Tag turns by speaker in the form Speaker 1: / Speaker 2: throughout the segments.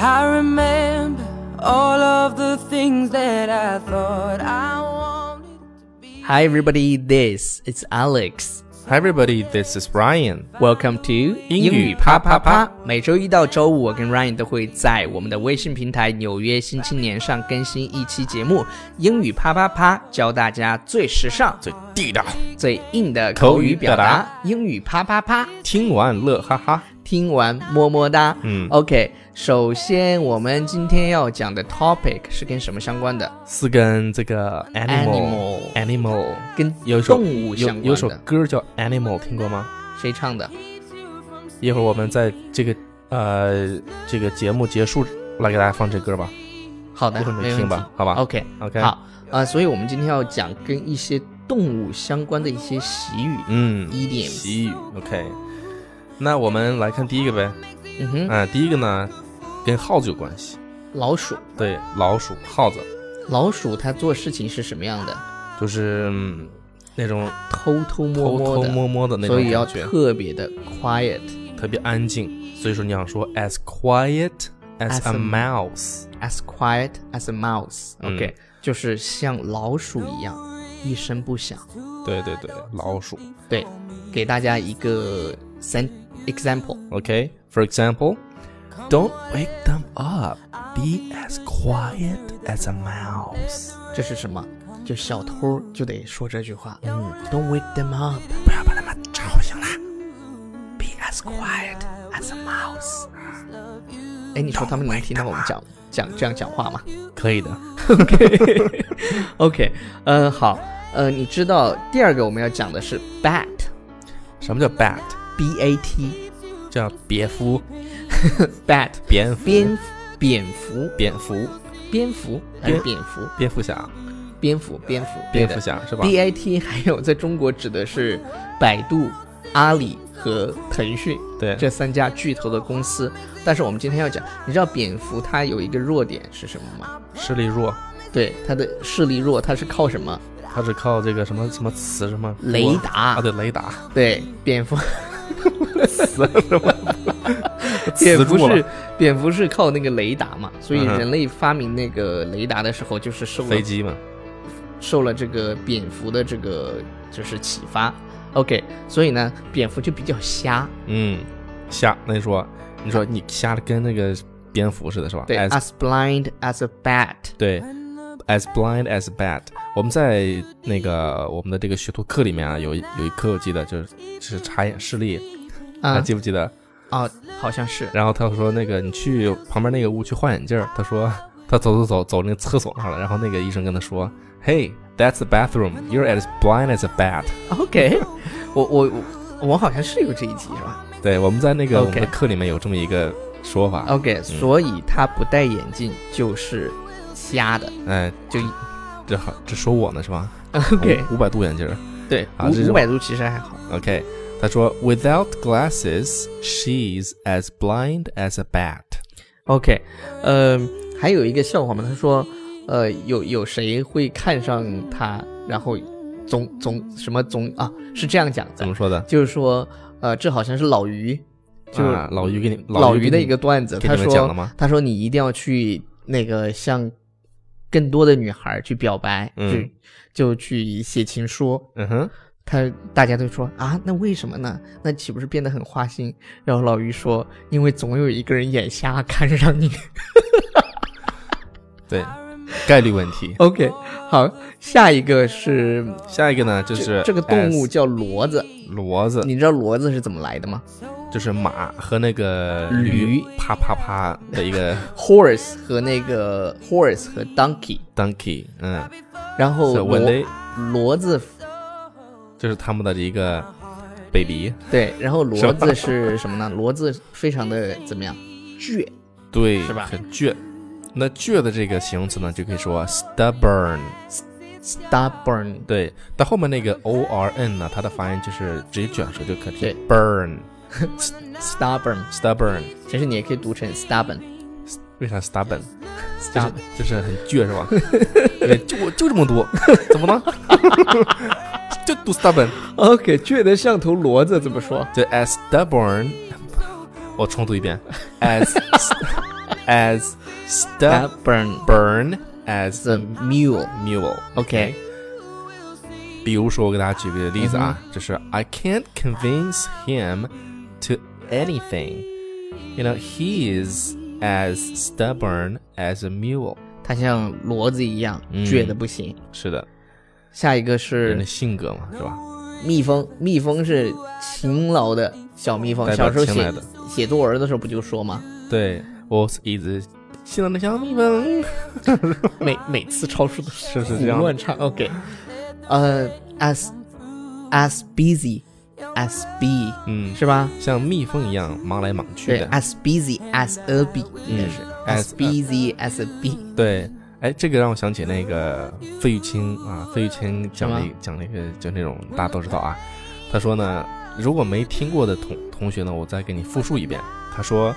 Speaker 1: I remember all of the things that I thought I wanted to be.
Speaker 2: Hi, everybody. This is Alex.
Speaker 3: Hi everybody, this is Ryan.
Speaker 2: Welcome to
Speaker 3: 英语啪啪啪。
Speaker 2: 每周一到周五，我跟 Ryan 都会在我们的微信平台《纽约新青年》上更新一期节目《英语啪啪啪》，教大家最时尚、
Speaker 3: 最地道，
Speaker 2: 最硬的口
Speaker 3: 口
Speaker 2: 语
Speaker 3: 语
Speaker 2: 表
Speaker 3: 表
Speaker 2: 达
Speaker 3: 达。
Speaker 2: 英语啪啪啪，
Speaker 3: 听完乐哈哈。
Speaker 2: 听完么么哒。
Speaker 3: 嗯
Speaker 2: ，OK。首先，我们今天要讲的 topic 是跟什么相关的？
Speaker 3: 是跟这个 animal
Speaker 2: Animal
Speaker 3: animal
Speaker 2: 跟
Speaker 3: 有一首
Speaker 2: 动物相
Speaker 3: 有
Speaker 2: 关的。
Speaker 3: 有首歌叫 Animal，听过吗？
Speaker 2: 谁唱的？
Speaker 3: 一会儿我们在这个呃这个节目结束来给大家放这歌吧，
Speaker 2: 好
Speaker 3: 一
Speaker 2: 的，
Speaker 3: 会儿
Speaker 2: 没
Speaker 3: 你
Speaker 2: 问
Speaker 3: 听
Speaker 2: 题。
Speaker 3: 吧，好吧
Speaker 2: OK。
Speaker 3: OK
Speaker 2: 好，呃，所以我们今天要讲跟一些动物相关的一些习语。
Speaker 3: 嗯，
Speaker 2: idioms
Speaker 3: 习语 OK。那我们来看第一个呗，
Speaker 2: 嗯哼，
Speaker 3: 嗯，第一个呢跟耗子有关系，
Speaker 2: 老鼠，
Speaker 3: 对，老鼠、耗子
Speaker 2: 老鼠它做事情是什么样的？
Speaker 3: 就是嗯那种
Speaker 2: 偷偷摸
Speaker 3: 偷
Speaker 2: 摸
Speaker 3: 偷
Speaker 2: 的，
Speaker 3: 摸摸的那种
Speaker 2: 所以要
Speaker 3: 感觉
Speaker 2: 特别的 quiet
Speaker 3: 特别安静，所以说你想说 as quiet as
Speaker 2: As a
Speaker 3: a mouse，
Speaker 2: as quiet as a mouse。
Speaker 3: 嗯
Speaker 2: OK，、就是像老鼠一样一声不响。
Speaker 3: 对对对，老鼠。
Speaker 2: 对，给大家一个 sen example。
Speaker 3: OK，for、example，don't wake them up，be as quiet as a mouse。
Speaker 2: 这是什么？就小偷就得说这句话。嗯，Don't wake them up。
Speaker 3: 不要把它们吵醒了。
Speaker 2: Be as quiet as a mouse。哎，你说他们能听到我们讲讲这样讲话吗？
Speaker 3: 可以的，
Speaker 2: OK，嗯，好， 呃，你知道第二个我们要讲的是 bat，b
Speaker 3: 什么叫 bat？
Speaker 2: a t，bat，
Speaker 3: 叫蝙蝠，蝙蝠，
Speaker 2: 蝙蝙蝠，
Speaker 3: 蝙蝠，
Speaker 2: 蝙蝠还是
Speaker 3: 蝙
Speaker 2: 蝙蝠？
Speaker 3: 蝙蝠侠，
Speaker 2: 蝙蝠，蝙蝠，
Speaker 3: 蝙蝠侠是吧？
Speaker 2: b a t 还有在中国指的是百度、阿里和腾讯
Speaker 3: 对，
Speaker 2: 这三家巨头的公司。但是我们今天要讲，你知道蝙蝠它有一个弱点是什么吗？
Speaker 3: 视力弱，
Speaker 2: 对，它的视力弱，它是靠什么？
Speaker 3: 它是靠这个什么什么磁什么
Speaker 2: 雷
Speaker 3: 我啊，
Speaker 2: 达。
Speaker 3: 对，雷达，
Speaker 2: 对，蝙 蝠。
Speaker 3: 磁什么，
Speaker 2: 蝙蝠
Speaker 3: 磁住
Speaker 2: 是
Speaker 3: 了，
Speaker 2: 蝙蝠是靠那个雷达嘛，所以
Speaker 3: 嗯哼
Speaker 2: 人类发明那个雷达的时候，就是受了
Speaker 3: 飞机嘛。
Speaker 2: 受了这个蝙蝠的这个就是启发。OK，所以呢，蝙蝠就比较瞎，
Speaker 3: 嗯，瞎，那你说，你说你瞎的跟那个蝙蝠似的，是吧？
Speaker 2: 对啊
Speaker 3: As-
Speaker 2: ，as blind as a bat。
Speaker 3: 对，as blind as a bat。我们在那个我们的这个学徒课里面啊，有一有一课我记得就是是查验视力，还
Speaker 2: 啊
Speaker 3: 记不记得？
Speaker 2: 啊，好像是
Speaker 3: 然后他说那个你去旁边那个屋去换眼镜儿，他说他走走走走那个厕所上了，然后那个医生跟他说，Hey。That's the bathroom. You're as blind as a bat.
Speaker 2: OK 我。我我我好像是有这一集是吧
Speaker 3: 对，我们在那个
Speaker 2: OK 哦
Speaker 3: 我们的课里面有这么一个说法。
Speaker 2: ？OK，所以他不戴眼镜就是瞎的，
Speaker 3: 哎，
Speaker 2: 就
Speaker 3: 这好，这说我呢是吧
Speaker 2: OK
Speaker 3: 五百度眼镜儿。
Speaker 2: 对
Speaker 3: 哦啊这
Speaker 2: 五
Speaker 3: 种
Speaker 2: 五百度其实还好。
Speaker 3: OK，他说，Without glasses, she's as blind as a bat。
Speaker 2: OK，呃，还有一个笑话嘛，他说，呃，有有谁会看上他，然后总总什么总啊，是这样讲的，
Speaker 3: 怎么说的？
Speaker 2: 就是说，呃，这好像是老于，就是
Speaker 3: 啊老于给你
Speaker 2: 老
Speaker 3: 于
Speaker 2: 于
Speaker 3: 给
Speaker 2: 的
Speaker 3: 你
Speaker 2: 一个段子，
Speaker 3: 给
Speaker 2: 他
Speaker 3: 你们讲
Speaker 2: 说，
Speaker 3: 了吗？
Speaker 2: 他说你一定要去那个向更多的女孩去表白，
Speaker 3: 嗯
Speaker 2: 就就去写情书，
Speaker 3: 嗯哼，
Speaker 2: 他大家都说啊，那为什么呢？那岂不是变得很花心？然后老于说，因为总有一个人眼瞎看上你。
Speaker 3: 对，概率问题。
Speaker 2: OK，好，下一个是
Speaker 3: 下一个呢，就是
Speaker 2: 这个动物
Speaker 3: as
Speaker 2: 叫骡子，
Speaker 3: 骡子，
Speaker 2: 你知道骡子是怎么来的吗
Speaker 3: 就是马和那个
Speaker 2: 驴
Speaker 3: 驴啪啪啪的一 个
Speaker 2: ？Horse 和那个 horse 和 donkey，
Speaker 3: donkey，嗯，
Speaker 2: 然后
Speaker 3: So when
Speaker 2: 骡
Speaker 3: they-
Speaker 2: 骡子
Speaker 3: 就是他们的一个 baby。
Speaker 2: 对，然后骡
Speaker 3: 是
Speaker 2: 子
Speaker 3: 吧
Speaker 2: 是什么呢？骡子非常的怎么样？倔，
Speaker 3: 对，
Speaker 2: 是吧
Speaker 3: 很倔。那倔的这个形容词呢，就可以说 stubborn。
Speaker 2: stubborn，
Speaker 3: 对，但后面那个 o r n 呢，它的发音就是直接卷舌就可以
Speaker 2: 对
Speaker 3: ，burn
Speaker 2: stubborn，
Speaker 3: stubborn，
Speaker 2: 其实你也可以读成 stubborn，
Speaker 3: 为啥 stubborn？就是
Speaker 2: stubborn
Speaker 3: 就是很倔是 吧？对，就我就这么多，怎么了？ 就读 stubborn，
Speaker 2: OK，倔得像头骡子怎么说？
Speaker 3: 对，as stubborn，我重读一遍，as as
Speaker 2: stubborn
Speaker 3: stubborn as
Speaker 2: the mule.
Speaker 3: mule。
Speaker 2: OK，
Speaker 3: 比如说，我给大家举个例子啊，就是 I can't convince him to anything. You know, he is as stubborn as a mule.
Speaker 2: 它像骡子一样
Speaker 3: 嗯
Speaker 2: 倔的不行。
Speaker 3: 是的，
Speaker 2: 下一个
Speaker 3: 人
Speaker 2: 是
Speaker 3: 的性格嘛，是吧？
Speaker 2: 蜜蜂，蜜蜂是勤劳的小蜜蜂。
Speaker 3: 代
Speaker 2: 小
Speaker 3: 表
Speaker 2: 时候
Speaker 3: 勤来
Speaker 2: 写
Speaker 3: 的。
Speaker 2: 写作文的时候不就说吗？
Speaker 3: 对我一直心中的小蜜蜂，
Speaker 2: 每每次超出的
Speaker 3: 是是
Speaker 2: 胡
Speaker 3: 这样的
Speaker 2: 乱。唱。OK，呃，as as busy as bee
Speaker 3: 嗯，
Speaker 2: 是吧？
Speaker 3: 像蜜蜂一样忙来忙去
Speaker 2: 对
Speaker 3: 的。嗯
Speaker 2: ，as busy as a bee 应该是 as
Speaker 3: as a-
Speaker 2: busy as a bee。
Speaker 3: 对，哎，这个让我想起那个费玉清啊，费玉清讲了一
Speaker 2: 什
Speaker 3: 讲了一个，就那种大家都知道啊。他说呢，如果没听过的同同学呢，我再给你复述一遍。他说，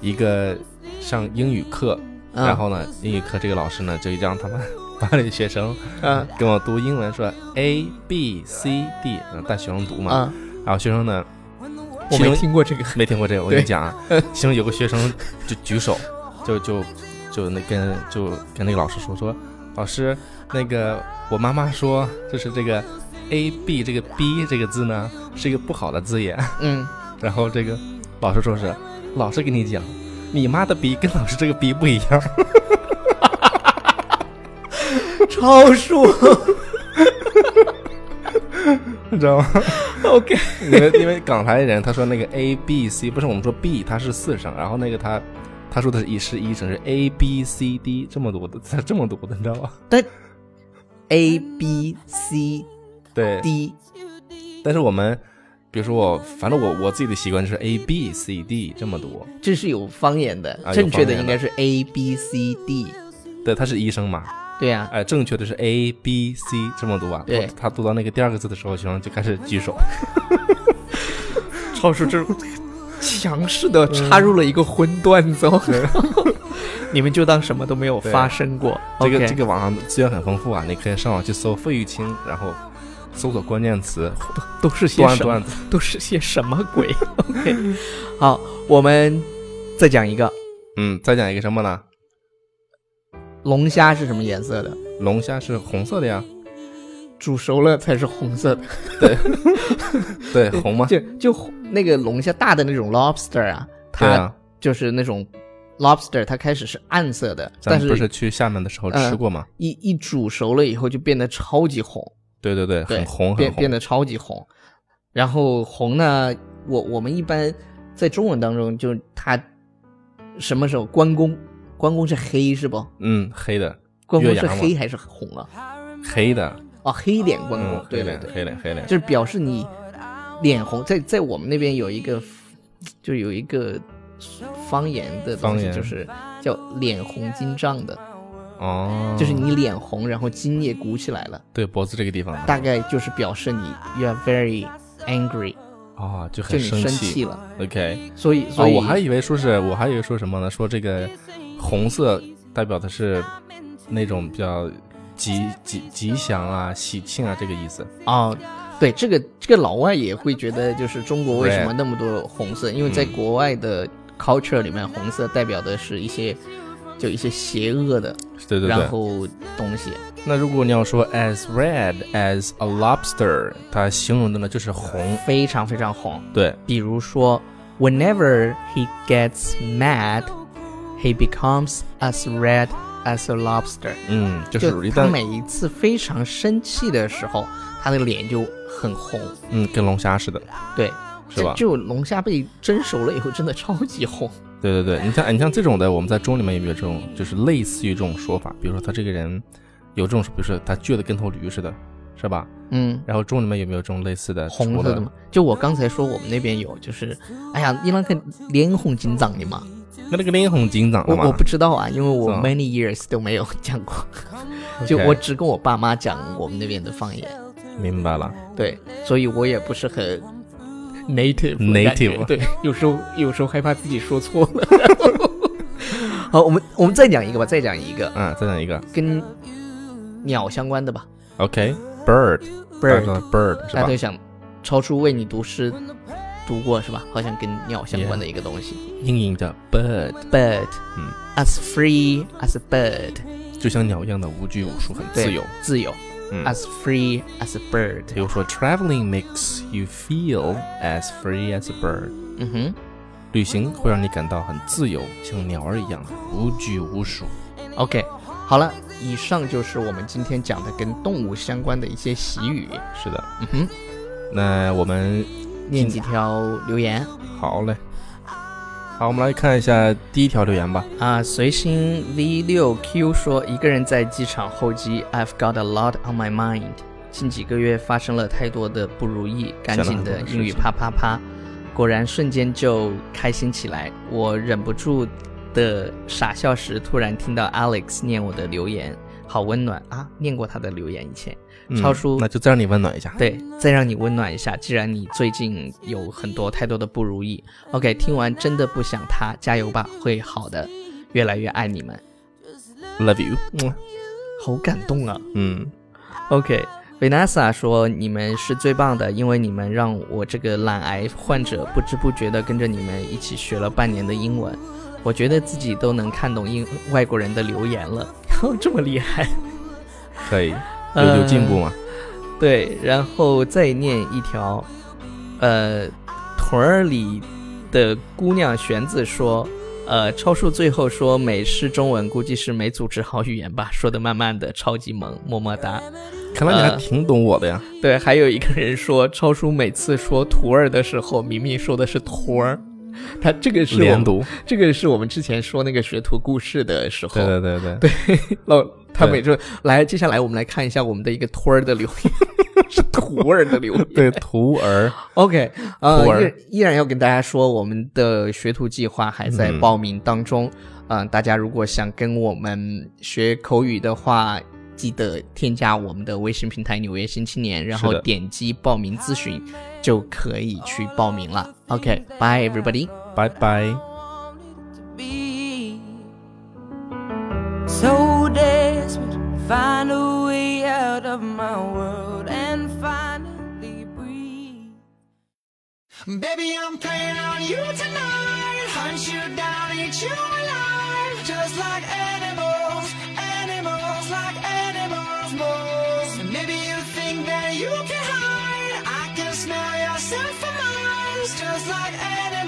Speaker 3: 一个上英语课，
Speaker 2: 嗯
Speaker 3: 然后呢，英语课这个老师呢就让他们 班里的学生
Speaker 2: 嗯
Speaker 3: 跟我读英文，说 A B C D，嗯，带学生读嘛。
Speaker 2: 啊，
Speaker 3: 然后学生呢，
Speaker 2: 我
Speaker 3: 其
Speaker 2: 没
Speaker 3: 中
Speaker 2: 听过这个。
Speaker 3: 没听过这个，我跟
Speaker 2: 对
Speaker 3: 你讲啊，其中有个学生就举手，就就就那跟就跟那个老师说说，老师，那个我妈妈说，就是这个 A B 这个 B 这个字呢是一个不好的字眼，
Speaker 2: 嗯，
Speaker 3: 然后这个老师说是，老师跟你讲，你妈的 B 跟老师这个 B 不一样，
Speaker 2: 嗯超数。
Speaker 3: 你知道吗？
Speaker 2: OK，
Speaker 3: 因为因为港台人他说那个 A B C 不是我们说 B，它是四声，然后那个他他说的是一是一声是 A B C D 这么读的， 他这么读的，你知道吗？
Speaker 2: 但 A B C
Speaker 3: 对，
Speaker 2: D
Speaker 3: 但是我们，比如说我，反正我我自己的习惯就是 A B C D 这么读，
Speaker 2: 这是有方言的，
Speaker 3: 啊有
Speaker 2: 正确的
Speaker 3: 方言的
Speaker 2: 应该是 A B C D。
Speaker 3: 对，他是医生嘛，
Speaker 2: 对啊呀、
Speaker 3: 哎，正确的是 A B C 这么读啊。
Speaker 2: 对
Speaker 3: 他读到那个第二个字的时候，学生就开始举手。
Speaker 2: 超叔这种强势的插入了一个荤段子哦， 你们就当什么都没有发生过。
Speaker 3: 这个
Speaker 2: OK
Speaker 3: 这个网上资源很丰富啊，你可以上网去搜费玉清，然后搜索关键词
Speaker 2: 都是些
Speaker 3: 段
Speaker 2: 什么？
Speaker 3: 段子。
Speaker 2: 都是些什么鬼？OK，好，我们再讲一个
Speaker 3: 嗯，再讲一个什么呢？
Speaker 2: 龙虾是什么颜色的？
Speaker 3: 龙虾是红色的呀，
Speaker 2: 煮熟了才是红色 的，
Speaker 3: 对，红 吗？
Speaker 2: 就就红那个龙虾大的那种 lobster 啊，
Speaker 3: 对
Speaker 2: 它
Speaker 3: 啊，
Speaker 2: 就是那种 lobster，它开始是暗色的，
Speaker 3: 咱
Speaker 2: 但
Speaker 3: 们不是
Speaker 2: 是
Speaker 3: 去厦门的时候
Speaker 2: 嗯
Speaker 3: 吃过吗？
Speaker 2: 一一煮熟了以后就变得超级红。
Speaker 3: 对对对，
Speaker 2: 对
Speaker 3: 很红很
Speaker 2: 变变
Speaker 3: 红。
Speaker 2: 得超级红。然后红呢，我我们一般在中文当中就是它什么时候关公，关公是黑是不？
Speaker 3: 嗯，黑的，
Speaker 2: 关公
Speaker 3: 岳
Speaker 2: 是
Speaker 3: 阳嘛
Speaker 2: 黑还是红啊？
Speaker 3: 黑的，
Speaker 2: 哦，黑脸关公，
Speaker 3: 嗯，
Speaker 2: 对对
Speaker 3: 黑脸，
Speaker 2: 对，
Speaker 3: 黑脸，黑脸
Speaker 2: 就。是表示你脸红。在在我们那边有一个，就有一个方言的东
Speaker 3: 方
Speaker 2: 西，
Speaker 3: 言
Speaker 2: 就是叫脸红筋胀的，
Speaker 3: 哦，
Speaker 2: 就是你脸红，然后筋也鼓起来了，
Speaker 3: 对脖子这个地方啊
Speaker 2: 大概就是表示你 you are very angry，
Speaker 3: 啊，就
Speaker 2: 就
Speaker 3: 很
Speaker 2: 你生
Speaker 3: 气。
Speaker 2: 气了。
Speaker 3: OK，
Speaker 2: 所以，
Speaker 3: 啊，
Speaker 2: 所以、
Speaker 3: 我还以为说是，我还以为说什么呢？说这个红色代表的是那种比较吉吉吉祥啊、喜庆啊这个意思。
Speaker 2: 哦，对这个这个老外也会觉得，就是中国为什么
Speaker 3: Red
Speaker 2: 那么多红色？因为
Speaker 3: 嗯
Speaker 2: 在国外的 culture 里面，红色代表的是一些就一些邪恶的
Speaker 3: 对对
Speaker 2: 然
Speaker 3: 对。
Speaker 2: 后东西。
Speaker 3: 那如果你要说 as red as a lobster，它形容的呢就是红。
Speaker 2: 非常非常红。
Speaker 3: 对，
Speaker 2: 比如说，whenever he gets mad, he becomes as red as a lobster。
Speaker 3: 嗯，就是
Speaker 2: 就
Speaker 3: 一
Speaker 2: 他
Speaker 3: 旦
Speaker 2: 每一次非常生气的时候，他的脸就很红。
Speaker 3: 嗯跟龙虾似的，
Speaker 2: 对，
Speaker 3: 是吧
Speaker 2: 这就龙虾被蒸熟了以后，真的超级红。
Speaker 3: 对对对，你像你像这种的，我们在中里面有没有这种，就是类似于这种说法？比如说他这个人有这种，比如说他倔得跟头驴似的，是吧？
Speaker 2: 嗯，
Speaker 3: 然后中里面有没有这种类似的
Speaker 2: 红
Speaker 3: 除
Speaker 2: 色
Speaker 3: 了
Speaker 2: 的嘛？就我刚才说，我们那边有，就是，哎呀，伊朗肯脸红紧张的嘛，
Speaker 3: 那那个脸红警长
Speaker 2: 我
Speaker 3: 的嘛？
Speaker 2: 我不知道啊，因为我
Speaker 3: 是吗
Speaker 2: many years 都没有讲过，就
Speaker 3: OK
Speaker 2: 我只跟我爸妈讲我们那边的方言，
Speaker 3: 明白了，
Speaker 2: 对，所以我也不是很 native 的感觉
Speaker 3: Native
Speaker 2: 对，有时候有时候害怕自己说错了。 然后好，我们我们再讲一个吧，再讲一个
Speaker 3: 嗯，再讲一个
Speaker 2: 跟鸟相关的吧啊
Speaker 3: ，OK，bird，bird，bird 是
Speaker 2: 大家
Speaker 3: 吧
Speaker 2: 都想超出为你读诗读过是吧？好像跟鸟相关的一个东西。
Speaker 3: 阴影的 bird，
Speaker 2: Bird，
Speaker 3: 嗯
Speaker 2: ，as free as a bird，
Speaker 3: 就像鸟一样的无拘无束，很
Speaker 2: 对啊
Speaker 3: 自由。
Speaker 2: 自由
Speaker 3: 嗯
Speaker 2: ，as free as a bird。
Speaker 3: 比如说，traveling makes you feel as free as a bird。
Speaker 2: 嗯哼。
Speaker 3: 旅行会让你感到很自由，像鸟儿一样无拘无束。
Speaker 2: OK，好了，以上就是我们今天讲的跟动物相关的一些习语。
Speaker 3: 是的，
Speaker 2: 嗯哼，
Speaker 3: 那我们
Speaker 2: 念几条留言
Speaker 3: 好嘞。好，我们来看一下第一条留言吧。
Speaker 2: 啊。随心 V 六 Q 说，一个人在机场候机，I've got a lot on my mind。近几个月发生了太多的不如意，赶紧的英语啪啪啪，果然瞬间就开心起来。我忍不住的傻笑时，突然听到 Alex 念我的留言，好温暖啊！念过他的留言以前。超叔
Speaker 3: 嗯那就再让你温暖一下。
Speaker 2: 对，再让你温暖一下。既然你最近有很多太多的不如意，OK，听完真的不想他，加油吧，会好的，越来越爱你们，
Speaker 3: Love you。嗯
Speaker 2: 好感动啊。
Speaker 3: 嗯，
Speaker 2: OK。Vanessa 说：“你们是最棒的，因为你们让我这个懒癌患者不知不觉地跟着你们一起学了半年的英文，我觉得自己都能看懂英外国人的留言了， 这么厉害。”
Speaker 3: 可以有有进步吗？
Speaker 2: 对，然后再念一条，呃，屯儿里的姑娘玄子说，呃，超叔最后说美式中文估计是没组织好语言吧，说的慢慢的，超级萌，么么哒。
Speaker 3: 看来你还
Speaker 2: 呃
Speaker 3: 挺懂我的呀。
Speaker 2: 对，还有一个人说，超叔每次说徒儿的时候，明明说的是徒儿，他这个是我
Speaker 3: 连
Speaker 2: 们
Speaker 3: 读。
Speaker 2: 这个是我们之前说那个学徒故事的时候，
Speaker 3: 对对对对。
Speaker 2: 老他
Speaker 3: 对
Speaker 2: 每周来，接下来我们来看一下我们的一个徒儿的留言， 是徒儿的留言，
Speaker 3: 对，徒儿
Speaker 2: OK，呃，
Speaker 3: 徒儿
Speaker 2: 依依然要跟大家说，我们的学徒计划还在报名当中。嗯、大家如果想跟我们学口语的话，记得添加我们的微信平台“纽约新青年”，然后
Speaker 3: 是的
Speaker 2: 点击报名咨询就可以去报名了。OK，bye、everybody。
Speaker 3: 拜拜。
Speaker 1: wanted to be. So desperate, to find a way out of my world and finally breathe.
Speaker 4: Baby, I'm playing on you tonight. Hunt you down, eat you alive. Just like animals, animals, like animals, moles. And Maybe you think that you can hide. I can smell yourself for miles. Just like animals. Oh,